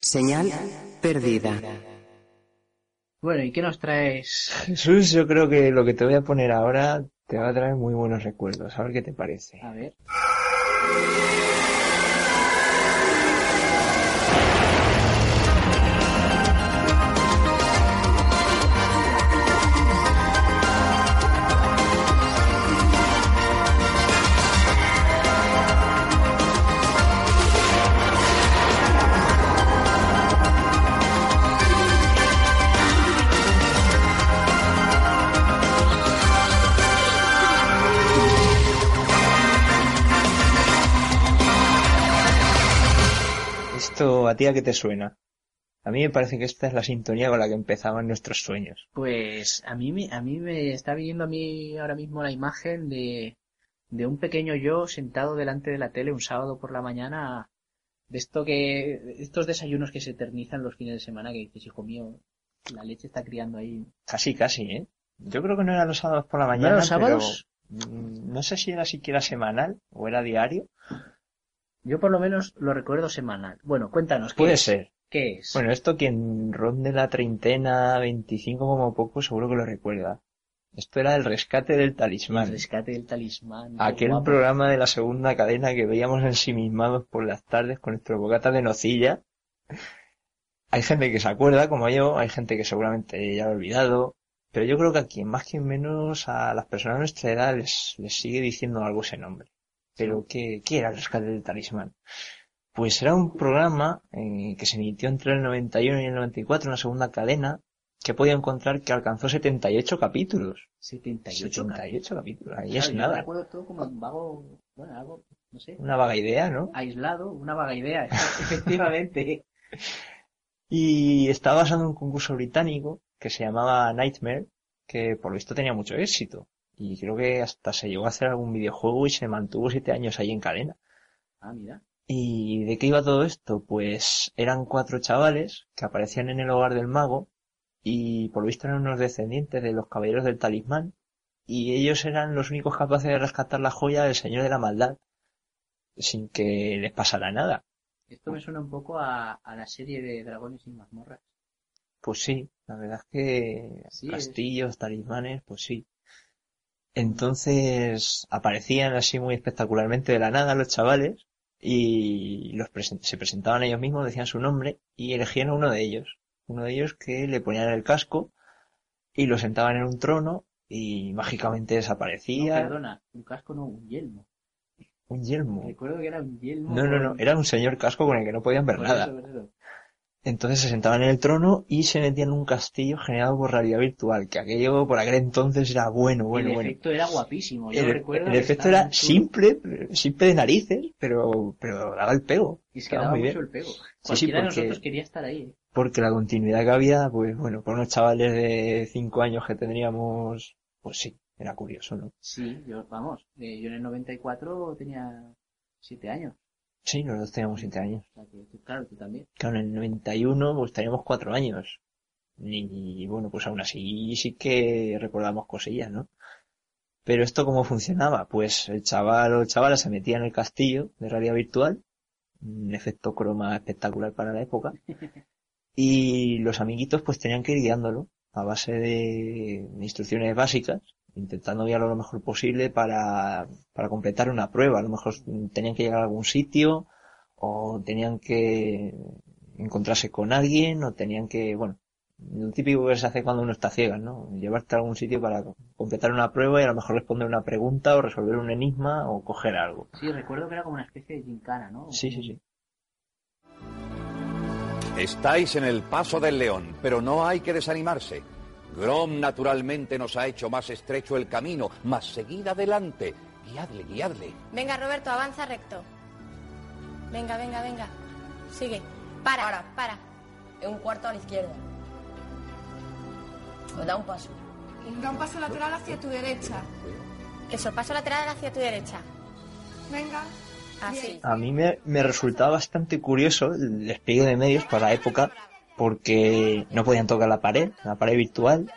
Señal perdida. Bueno, ¿y qué nos traes? Jesús, yo creo que lo que te voy a poner ahora te va a traer muy buenos recuerdos. A ver qué te parece. A ver. ¿Esto a ti a qué te suena? A mí me parece que esta es la sintonía con la que empezaban nuestros sueños. Pues a mí, me- a mí me está viniendo a mí ahora mismo la imagen de, de un pequeño yo sentado delante de la tele un sábado por la mañana, de esto que, estos desayunos que se eternizan los fines de semana que dices, hijo mío, la leche está criando ahí. Casi, casi, ¿eh? Yo creo que no era los sábados por la mañana. eran los pero, sábados? mm, No sé si era siquiera semanal o era diario. Yo por lo menos lo recuerdo semanal. Bueno, cuéntanos, ¿qué Puede es? ser. ¿Qué es? Bueno, esto quien ronde la treintena, veinticinco como poco, seguro que lo recuerda. Esto era el rescate del El talismán. rescate del talismán. qué Aquel guapo. programa de la segunda cadena que veíamos ensimismados por las tardes con nuestro bocata de nocilla. Hay gente que se acuerda, como yo, hay gente que seguramente ya lo ha olvidado, pero yo creo que a quien más que menos a las personas de nuestra edad les, les sigue diciendo algo ese nombre. Pero ¿qué, qué era el rescate del talismán? Pues era un programa eh, que se emitió entre el 91 y el 94 en la segunda cadena, que he podido encontrar que alcanzó 78 capítulos. 78 78 capítulos, ahí Claro, es yo me nada. acuerdo todo como vago, bueno, algo, no sé, Una vaga idea, ¿no? aislado, una vaga idea, efectivamente. Y estaba basado en un concurso británico que se llamaba Nightmare, que por lo visto tenía mucho éxito. Y creo que hasta se llegó a hacer algún videojuego y se mantuvo siete años ahí en cadena. Ah, mira. ¿Y de qué iba todo esto? Pues eran cuatro chavales que aparecían en el hogar del mago y por lo visto eran unos descendientes de los caballeros del talismán y ellos eran los únicos capaces de rescatar la joya del señor de la maldad sin que les pasara nada. Esto me suena un poco a, a la serie de Dragones y Mazmorras. Pues sí, la verdad es que Sí, es- castillos, talismanes, pues sí. Entonces aparecían así muy espectacularmente de la nada los chavales y los presen- se presentaban ellos mismos, decían su nombre y elegían a uno de ellos. Uno de ellos que le ponían el casco y lo sentaban en un trono y mágicamente No, desaparecía perdona, un casco no, un yelmo. un yelmo. Recuerdo que era un yelmo. No, no, no, era un señor casco con el que no podían ver por nada. eso, por eso. Entonces se sentaban en el trono y se metían en un castillo generado por realidad virtual, que aquello por aquel entonces era bueno, bueno, el bueno. efecto era guapísimo. Yo el, e- recuerdo el que efecto estaba era muy chulo simple, pero- simple de narices, pero, pero daba el pego. Y es que Estaba daba Ah, muy mucho bien. el pego. Sí, sí, Cualquiera de porque- nosotros quería estar ahí. ¿eh? Porque la continuidad que había, pues bueno, por unos chavales de cinco años que tendríamos, pues sí, era curioso, ¿no? Sí, yo, vamos, eh, yo en el 94 tenía 7 años. Sí, nosotros teníamos siete años. O sea que, tú- claro, tú también. Claro, en el 91 pues teníamos cuatro años. Y bueno, pues aún así sí que recordamos cosillas, ¿no? Pero esto cómo funcionaba? Pues el chaval o chavala se metía en el castillo de realidad virtual, un efecto croma espectacular para la época, y los amiguitos pues tenían que ir guiándolo a base de instrucciones básicas, intentando guiarlo lo mejor posible para, para completar una prueba. A lo mejor tenían que llegar a algún sitio, o tenían que encontrarse con alguien, o tenían que, bueno, lo típico que se hace cuando uno está ciega, ¿no? Llevarte a algún sitio para completar una prueba y a lo mejor responder una pregunta o resolver un enigma o coger algo. Sí, recuerdo que era como una especie de gincana, ¿no? Sí, sí, sí. Estáis en el paso del león, pero no hay que desanimarse. Grom naturalmente nos ha hecho más estrecho el camino, más seguid adelante. Guiadle, guiadle. Venga, Roberto, avanza recto. Venga, venga, venga. Sigue. Para, para, para. Un cuarto a la izquierda. O da un paso. Da un paso lateral hacia tu derecha. Eso, paso lateral hacia tu derecha. Venga. Así. A mí me, me resultaba bastante curioso el despliegue de medios para la época porque no podían tocar la pared, la pared virtual.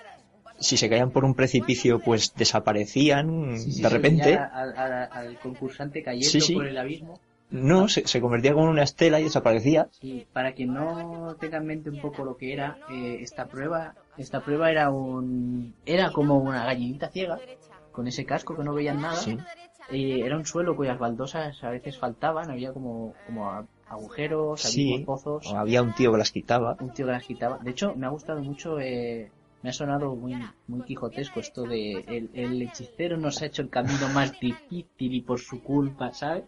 Si se caían por un precipicio, pues desaparecían Sí, sí, de sí, repente. ya Al, al- al concursante cayendo Sí, sí. por el abismo. No, se, se convertía como en una estela y desaparecía. Y para quien no tenga en mente un poco lo que era eh, esta prueba, esta prueba era un era como una gallinita ciega con ese casco que no veían nada. Sí. Eh, era un suelo cuyas baldosas a veces faltaban, había como como a- agujeros, Sí. Ah. abismos, pozos. O había un tío que las quitaba. un tío que las quitaba. De hecho, me ha gustado mucho, eh, me ha sonado muy, muy quijotesco esto de el, el hechicero nos ha hecho el camino más difícil y por su culpa, ¿sabes?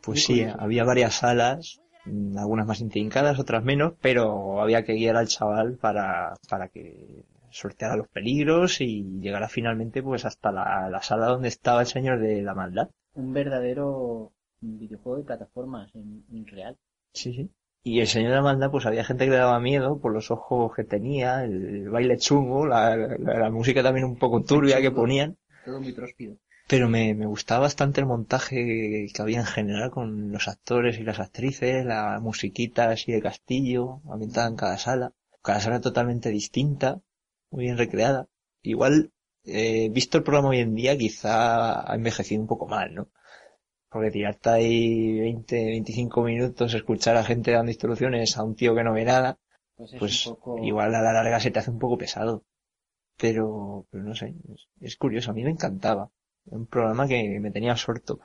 Pues sí, había varias salas, mm, algunas más intrincadas, otras menos, pero había que guiar al chaval para, para que sorteara los peligros y llegara finalmente pues hasta la, la sala donde estaba el señor de la maldad. Un verdadero videojuego de plataformas en, en real. Sí, sí. Y el señor de la maldad, pues había gente que le daba miedo por los ojos que tenía, el baile chungo, la, la- la música también un poco turbia que ponían. Todo muy tróspido. Pero me, me gustaba bastante el montaje que había en general con los actores y las actrices, la musiquita así de castillo, ambientada en cada sala. Cada sala totalmente distinta, muy bien recreada. Igual, eh, visto el programa hoy en día, quizá ha envejecido un poco mal, ¿no? Porque tirarte ahí 20, 25 minutos, escuchar a gente dando instrucciones a un tío que no ve nada, Pues es pues un poco... igual a la larga se te hace un poco pesado. Pero, pero no sé, es, es curioso, a mí me encantaba. Era un programa que me tenía absorto.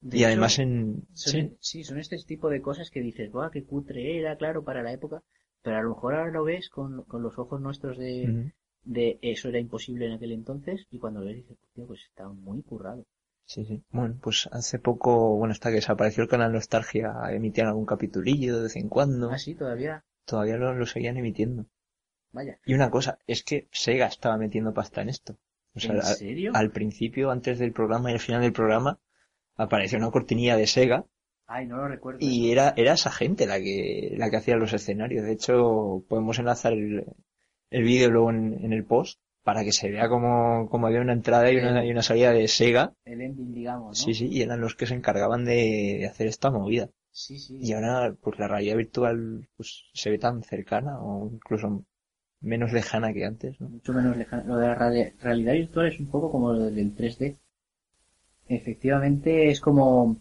de Y hecho, además en... son- Sí, sí, son este tipo de cosas que dices, guau, qué cutre era, claro, para la época. Pero a lo mejor ahora lo ves con, con los ojos nuestros de, ujú, de eso era imposible en aquel entonces. Y cuando lo ves dices, tío, pues está muy currado. sí, sí. Bueno, pues hace poco, bueno, hasta que desapareció el canal Nostalgia, emitían algún capitulillo de vez en cuando. Ah, sí, todavía. Todavía lo, lo seguían emitiendo. Vaya. Y una cosa, es que Sega estaba metiendo pasta en esto. O sea, ¿En a- serio? al principio, antes del programa y al final del programa, apareció una cortinilla de Sega Ay, no lo recuerdo. Y era, era esa gente la que, la que hacía los escenarios. De hecho, podemos enlazar el, el vídeo luego en, en el post para que se vea como, como había una entrada y una, y una salida de Sega. El ending, digamos, ¿no? Sí, sí, y eran los que se encargaban de, de hacer esta movida. Sí, sí. Y ahora, pues la realidad virtual pues, se ve tan cercana o incluso menos lejana que antes, ¿no? Mucho menos lejano. Lo de la reali- realidad virtual es un poco como lo del 3D. Efectivamente, es como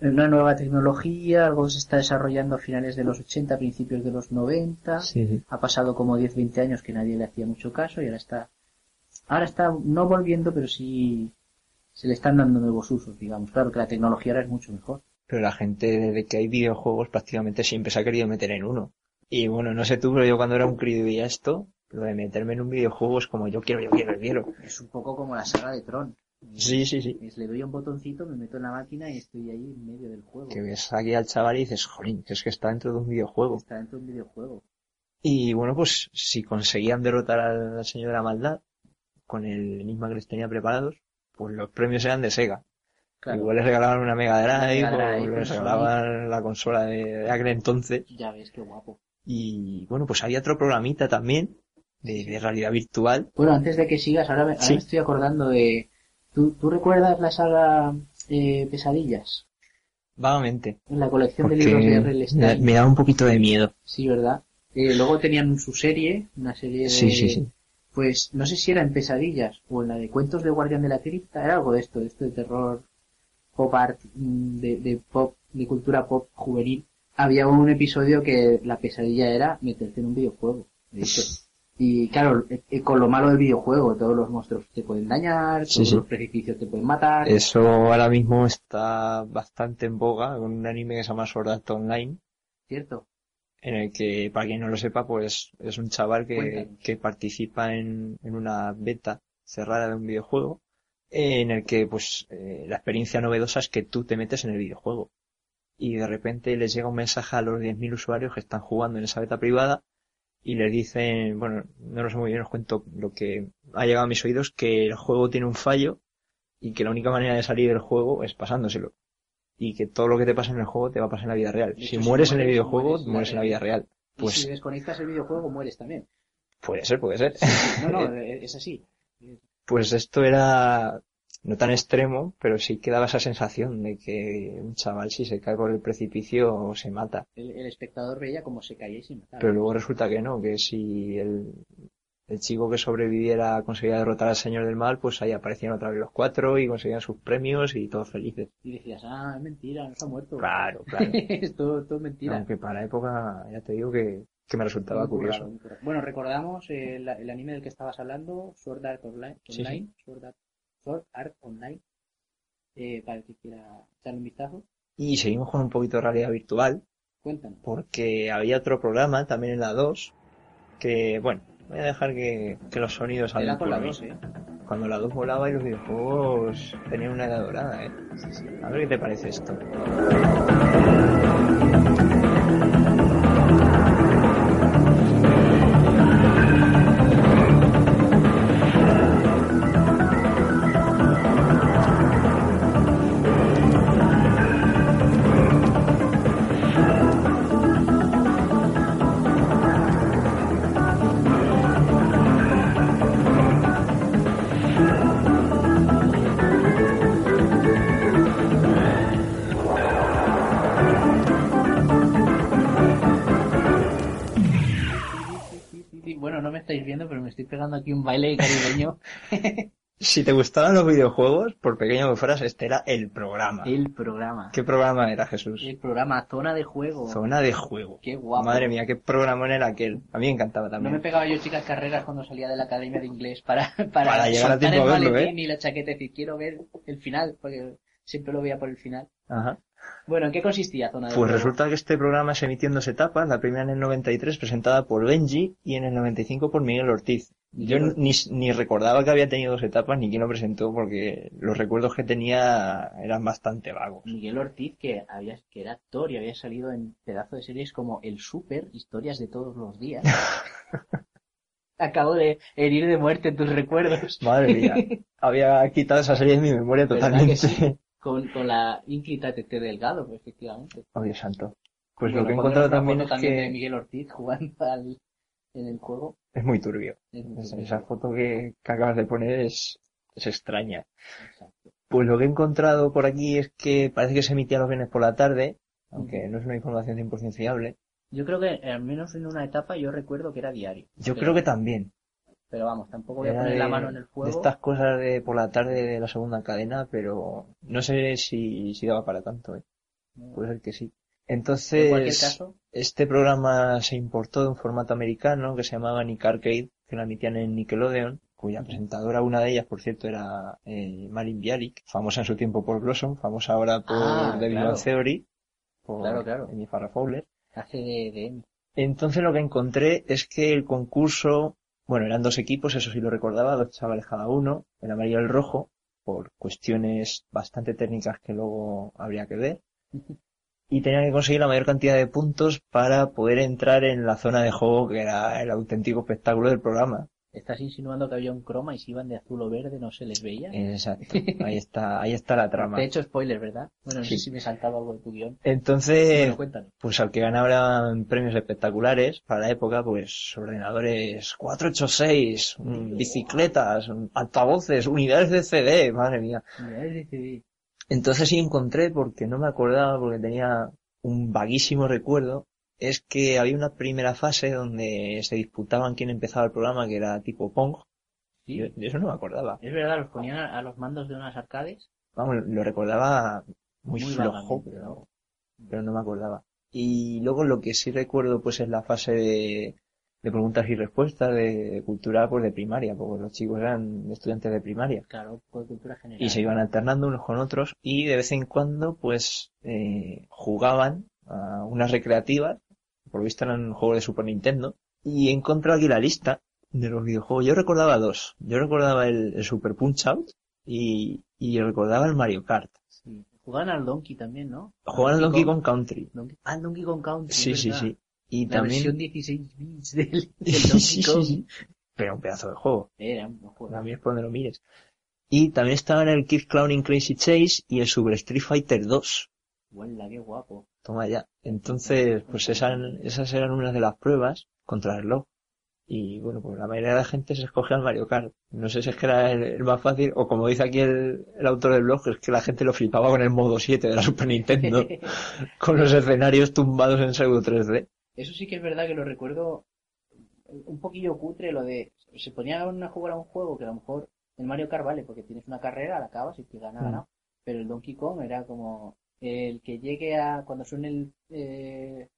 una nueva tecnología, algo que se está desarrollando a finales de los 80, principios de los 90. Sí, sí. Ha pasado como 10, 20 años que nadie le hacía mucho caso y ahora está, ahora está no volviendo, pero sí se le están dando nuevos usos, digamos. Claro que la tecnología ahora es mucho mejor. Pero la gente, desde que hay videojuegos, prácticamente siempre se ha querido meter en uno. Y bueno, no sé tú, pero yo cuando era un crío y veía esto, lo de meterme en un videojuego es como yo quiero, yo quiero, yo quiero. Es un poco como la saga de Tron. Sí, sí, sí. Es, le doy a un botoncito, me meto en la máquina y estoy ahí en medio del juego. Que ves aquí al chaval y dices, jolín, que es que está dentro de un videojuego. Está dentro de un videojuego. Y bueno, pues si conseguían derrotar al señor de la maldad con el enigma que les tenía preparados, pues los premios eran de Sega. Claro, Igual les regalaban una Mega Drive, Mega Drive, o les consola. regalaban la consola de, de aquel entonces. ya ves qué guapo. Y bueno, pues había otro programita también de, de realidad virtual. Bueno, antes de que sigas, ahora me, ahora Sí. me estoy acordando de... ¿Tú, tú recuerdas la saga eh, Pesadillas? Vagamente. La colección de libros de Porque R.L. me, Stein. me daba un poquito de miedo. Sí, ¿verdad? Eh, luego tenían su serie, una serie de... Sí, sí, sí. Pues no sé si era en Pesadillas o en la de Cuentos de Guardián de la Cripta, era algo de esto, de esto de terror, pop art, mm, de, de pop, de cultura pop juvenil. Había un episodio que la pesadilla era meterte en un videojuego, de hecho. Y claro, eh, eh, con lo malo del videojuego, todos los monstruos te pueden dañar, Sí, todos sí. los precipicios te pueden matar. Eso ahora mismo está bastante en boga con un anime que se llama Sword Art Online, ¿Cierto? en el que, para quien no lo sepa, pues es un chaval que, Cuéntanos. que participa en, en una beta cerrada de un videojuego, en el que pues eh, la experiencia novedosa es que tú te metes en el videojuego. y de repente les llega un mensaje a los 10.000 usuarios que están jugando en esa beta privada y les dicen, bueno, no lo sé muy bien, os cuento lo que ha llegado a mis oídos, que el juego tiene un fallo y que la única manera de salir del juego es pasándoselo. Y que todo lo que te pasa en el juego te va a pasar en la vida real. De Si hecho, si mueres en el mueres, videojuego, mueres mueres, la en la vida real. Y Pues si desconectas el videojuego, mueres también. puede ser, puede ser. No, no, eh, es así. Pues esto era no tan extremo, pero sí que daba esa sensación de que un chaval si se cae por el precipicio se mata. El, el espectador veía cómo se caía y se mataba. Pero luego resulta que no, que si el, el chico que sobreviviera conseguía derrotar al señor del mal, pues ahí aparecían otra vez los cuatro y conseguían sus premios y todos felices. Y decías, ah, es mentira, no se ha muerto. Claro, claro. es todo, todo mentira. Aunque para la época, ya te digo que, que me resultaba Muy currado, curioso. muy currado. Bueno, recordamos eh, el, el anime del que estabas hablando, Sword Art Online. Sí, sí. Online, Sword, Art, Sword Art Online. eh, para el que quiera echarle un vistazo, Y seguimos con un poquito de realidad virtual, cuéntanos. Pues porque había otro programa también en la 2, que bueno, voy a dejar que, que los sonidos Te hablen da con por la mí. 2, ¿eh? Cuando la 2 volaba y los videojuegos tenían una edad dorada, ¿eh? A ver qué te parece esto. Sí, sí, sí, sí. Bueno, no me estáis viendo, pero me estoy pegando aquí un baile caribeño. Si te gustaban los videojuegos, por pequeño que fueras, este era el programa. el programa. ¿Qué programa era, Jesús? El programa Zona de Juego. Zona de juego. Qué guapo. Madre mía, qué programa era aquel. A mí me encantaba No me también. pegaba yo chicas carreras cuando salía de la academia de inglés para, para, Para llegar a soltar tiempo el a verlo, ¿eh? maletín y la chaqueta y decir, quiero ver el final, porque siempre lo veía por el final. Ajá. Bueno, ¿en qué consistía Zona de Pues Juego? resulta que este programa se emitió en dos etapas. La primera en el 93, presentada por Benji, y en el 95 por Miguel Ortiz. Yo Miguel ni, ni recordaba que había tenido dos etapas, ni quién lo presentó, porque los recuerdos que tenía eran bastante vagos. Miguel Ortiz, que, había, que era actor y había salido en pedazo de series como El Super, Historias de todos los días. Acabo de herir de muerte tus recuerdos. Madre mía, había quitado esa serie de mi memoria ¿Verdad totalmente. que sí? Con, con la ínclita Tete Delgado, pues, efectivamente. Oh, Dios santo. Pues Bueno, lo que he pondremos encontrado una también foto es también de que Miguel Ortiz jugando al, en el juego. es muy turbio. Es muy Esa- curioso. Esa foto que, que acabas de poner es, es extraña. Exacto. Pues lo que he encontrado por aquí es que parece que se emitía los viernes por la tarde, aunque no es una información 100% fiable. Yo creo que eh, al menos en una etapa yo recuerdo que era diario. Yo Pero- creo que también. Pero vamos, tampoco voy a Era poner la de- mano en el De fuego. estas cosas de por la tarde de la segunda cadena, pero no sé si, si daba para tanto, ¿eh? Puede ser que sí. Entonces, En Mm. cualquier caso, Este programa se importó de un formato americano que se llamaba Nick Arcade, que la emitían en Nickelodeon, cuya presentadora, una de ellas, por cierto, era eh, Marin Bialik, famosa en su tiempo por Blossom, famosa ahora por Ah, The Big claro. Bang Theory, por Claro, claro. Amy Farrah Fowler. hace de, de Emi. Entonces lo que encontré es que el concurso, bueno, eran dos equipos, eso sí lo recordaba, dos chavales cada uno, el amarillo y el rojo, por cuestiones bastante técnicas que luego habría que ver. Y tenían que conseguir la mayor cantidad de puntos para poder entrar en la zona de juego que era el auténtico espectáculo del programa. ¿Estás insinuando que había un croma y si iban de azul o verde no se les veía? Eh, Exacto. Ahí está, ahí está la trama. Te he hecho spoiler, ¿verdad? Bueno, no sé Sí. si me he saltado algo de tu guión. Entonces, Bueno, cuéntanos. pues al que ganaban premios espectaculares para la época, pues ordenadores 486, mm, bicicletas, mm, altavoces, unidades de CD, madre mía. Mira, es decir, Entonces sí encontré, porque no me acordaba, porque tenía un vaguísimo recuerdo, es que había una primera fase donde se disputaban quién empezaba el programa, que era tipo Pong. sí, Yo de eso no me acordaba. Es verdad, los ponían a a los mandos de unas arcades. Vamos, lo recordaba muy, Muy flojo, vagamente, pero, ¿no? pero no me acordaba. Y luego lo que sí recuerdo pues es la fase de, de preguntas y respuestas de, de cultura pues de primaria, porque los chicos eran estudiantes de primaria. Claro, por cultura general. Y se iban alternando unos con otros y de vez en cuando pues eh, jugaban a unas recreativas, por lo visto eran juegos de Super Nintendo, y he encontrado aquí la lista de los videojuegos. Yo recordaba dos. Yo recordaba el, el Super Punch Out y, y recordaba el Mario Kart. Sí, Jugaban al Donkey también, ¿no? Jugaban al Donkey Kong Country. Donkey... Ah, al Donkey Kong Country. Sí, sí, ¿verdad? sí. Y La versión también. 16 bits del, del Sí, Donkey sí, Kong. sí. Pero un pedazo de juego. Era un juego. También es por donde lo mires. Y también estaban el Kid Clowning Crazy Chase y el Super Street Fighter 2. Huela, qué guapo. Toma ya. Entonces, pues esas, esas eran unas de las pruebas contra el reloj. Y bueno, pues la mayoría de la gente se escogía al Mario Kart. No sé si es que era el, el más fácil, o como dice aquí el, el autor del blog, es que la gente lo flipaba con el modo 7 de la Super Nintendo, con los escenarios tumbados en pseudo 3D. Eso sí que es verdad que lo recuerdo un poquillo cutre, lo de se ponían a jugar a un juego que a lo mejor el Mario Kart vale, porque tienes una carrera, la acabas y te gana, Mm. gana. Pero el Donkey Kong era como el que llegue a cuando suene el eh,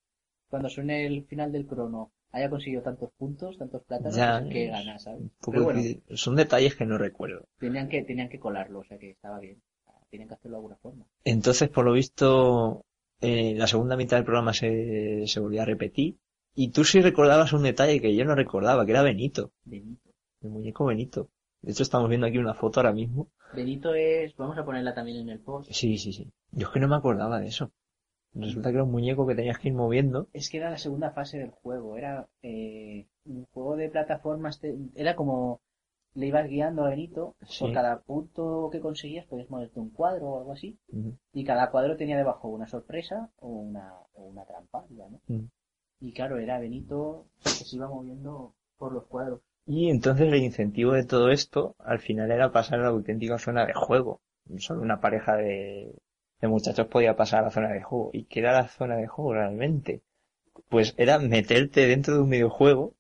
cuando suene el final del crono haya conseguido tantos puntos, tantos plátanos, Ya, es el que es gana, ¿sabes? Un Pero poco bueno, que- son detalles que no recuerdo. tenían que tenían que colarlo, o sea que estaba bien. Tenían que hacerlo de alguna forma. Entonces, por lo visto, eh, la segunda mitad del programa se, se volvió a repetir. Y tú sí recordabas un detalle que yo no recordaba, que era Benito, Benito. el muñeco Benito. De hecho, estamos viendo aquí una foto ahora mismo. Benito es, vamos a ponerla también en el post. Sí, sí, sí. Yo es que no me acordaba de eso. Resulta que era un muñeco que tenías que ir moviendo. Es que era la segunda fase del juego, era eh, un juego de plataformas, te- era como le ibas guiando a Benito, por Sí. cada punto que conseguías podías moverte un cuadro o algo así, Ujú. y cada cuadro tenía debajo una sorpresa o una, o una trampa, digamos. Mm. Y claro, era Benito que se iba moviendo por los cuadros. Y entonces el incentivo de todo esto al final era pasar a la auténtica zona de juego. Solo una pareja de, de muchachos podía pasar a la zona de juego. ¿Y qué era la zona de juego realmente? Pues era meterte dentro de un videojuego,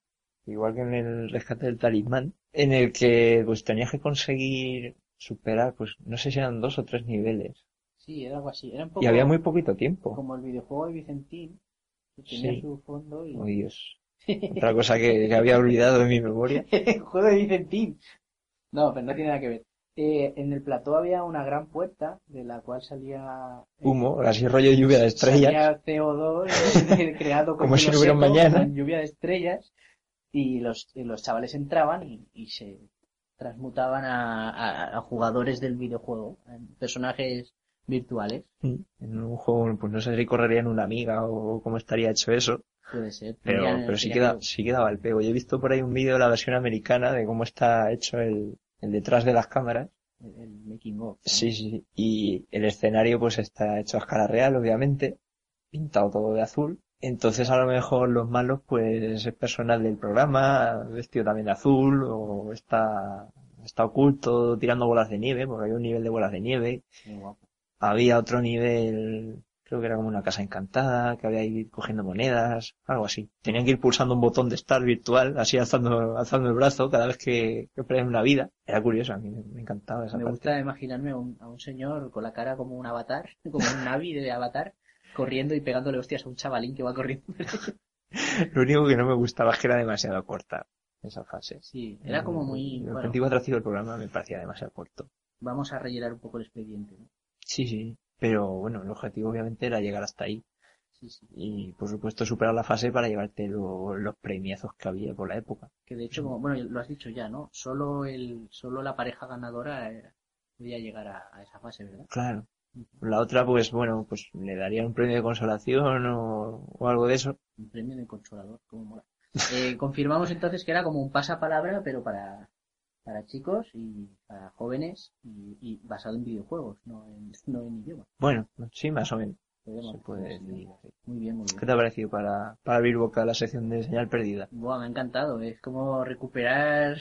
igual que en el rescate del talismán, en el que pues tenías que conseguir superar, pues no sé si eran dos o tres niveles. Sí, era algo así, era un poco Y había muy poquito tiempo. como el videojuego de Vicentín, que tenía Sí. su fondo y... Oh, Dios. Otra cosa que, que había olvidado de mi memoria. El juego de Vicentín. No, pero no tiene nada que ver. Eh, en el plató había una gran puerta de la cual salía eh, Humo, así rollo lluvia de estrellas. salía CO2 eh, creado con Como si no hubiera un seco, mañana. con lluvia de estrellas y los, y los chavales entraban y, y se transmutaban a, a- a jugadores del videojuego, en personajes virtuales, En un juego, pues no sé si correría en una amiga o cómo estaría hecho eso, puede ser. pero, Tenían- pero sí, tenían queda, que- sí quedaba el pego. Yo he visto por ahí un vídeo de la versión americana de cómo está hecho el, el detrás de las cámaras. el, el making of. ¿no? Sí, sí, sí. Y el escenario pues está hecho a escala real, obviamente, pintado todo de azul. Entonces a lo mejor los malos pues es personal del programa, vestido también de azul, o está, está oculto tirando bolas de nieve, porque hay un nivel de bolas de nieve Muy guapo. había otro nivel, creo que era como una casa encantada, que había que ir cogiendo monedas, algo así. Tenían que ir pulsando un botón de estar virtual, así alzando, alzando el brazo cada vez que, que perdían una vida. Era curioso, a mí me, me encantaba esa Me parte. gusta imaginarme a un, a un señor con la cara como un avatar, como un navi de avatar, corriendo y pegándole hostias a un chavalín que va corriendo. Lo único que no me gustaba es que era demasiado corta esa fase. Sí, era como muy... El bueno, objetivo atractivo del programa me parecía demasiado corto. vamos a rellenar un poco el expediente. ¿no? Sí, sí. Pero bueno, el objetivo obviamente era llegar hasta ahí. Sí, sí. Y por supuesto superar la fase para llevarte lo- los premiazos que había por la época. Que de hecho, como, bueno, lo has dicho ya, ¿no? Solo el solo la pareja ganadora eh, podía llegar a, a esa fase, ¿verdad? Claro. La otra, pues bueno, pues le darían un premio de consolación o, o algo de eso. Un premio de consolador, como mola. Eh, confirmamos entonces que era como un pasapalabra, pero para, para chicos y para jóvenes y, y basado en videojuegos, no en, no en idioma. Bueno, sí, más o menos. Podríamos Se puede decir, decir. Muy bien, muy bien. ¿Qué te ha parecido para, para abrir boca a la sección de señal perdida? Buah, me ha encantado. Es como recuperar.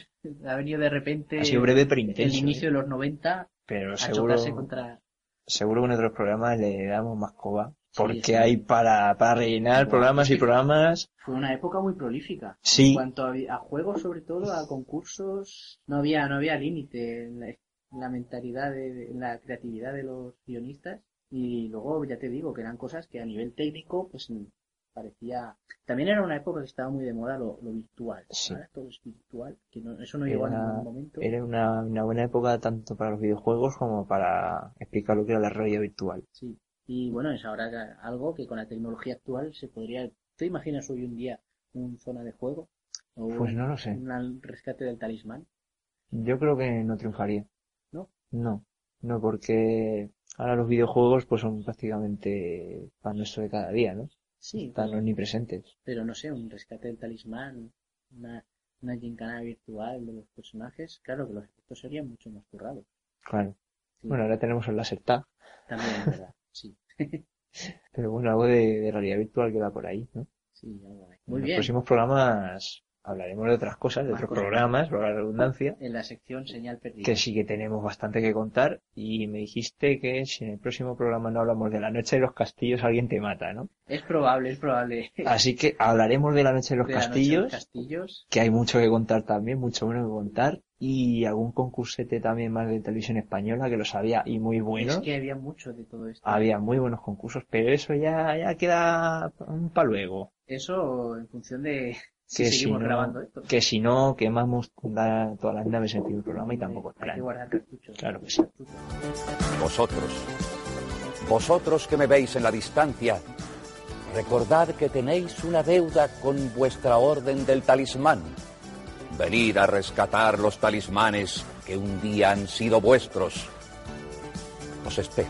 Ha venido de repente Ha sido breve pero Eh, el intenso. inicio ¿eh? de los 90 Pero a seguro, chocarse contra. seguro que en otros programas le damos más coba. Porque sí. hay para, para rellenar Buah, programas es y que- programas. Fue una época muy prolífica. En Sí, cuanto a, a juegos, sobre todo, a concursos, no había, no había límite en la, en la mentalidad, de, de- en la creatividad de los guionistas. Y luego, ya te digo, que eran cosas que a nivel técnico, pues mm, parecía. También era una época que estaba muy de moda lo, lo virtual. Sí. Ahora todo es virtual, que no- eso no llegó a Era- ningún momento. era una, una buena época tanto para los videojuegos como para explicar lo que era la realidad virtual. Sí. Y bueno, es ahora ca- algo que con la tecnología actual se podría. ¿Te imaginas hoy un día un zona de juego? O Pues un- no lo sé. un al- rescate del talismán. Yo creo que no triunfaría. ¿No? No, no, porque Ahora los videojuegos pues son prácticamente pan nuestro de cada día, ¿no? Sí, Están omnipresentes. pero no sé, un rescate del talismán, una, una gincana virtual de los personajes, claro que los efectos serían mucho más currados. Claro. Sí. Bueno, ahora tenemos el láser tag, También es verdad, sí, pero bueno, algo de, de realidad virtual queda por ahí, ¿no? sí, algo hay. en Muy los bien, próximos programas hablaremos de otras cosas, de Más otros cosas. programas, por la redundancia, en la sección señal perdida. que sí que tenemos bastante que contar y me dijiste que si en el próximo programa no hablamos de la noche de los castillos alguien te mata, ¿no? Es probable, es probable. Así que hablaremos de la noche de los De la noche de castillos, los castillos. que hay mucho que contar también, mucho bueno que contar y algún concursete también más de televisión española que los había y muy buenos. Es que había mucho de todo esto. Había muy buenos concursos, pero eso ya, ya queda para luego. Eso en función de si Que si seguimos no- grabando esto. Que si no, quemamos la- todas las naves en el primer programa y tampoco es Hay que plan. guardar cartuchos. Claro que sí. Vosotros, vosotros que me veis en la distancia, recordad que tenéis una deuda con vuestra orden del talismán. Venid a rescatar los talismanes que un día han sido vuestros. Os espero.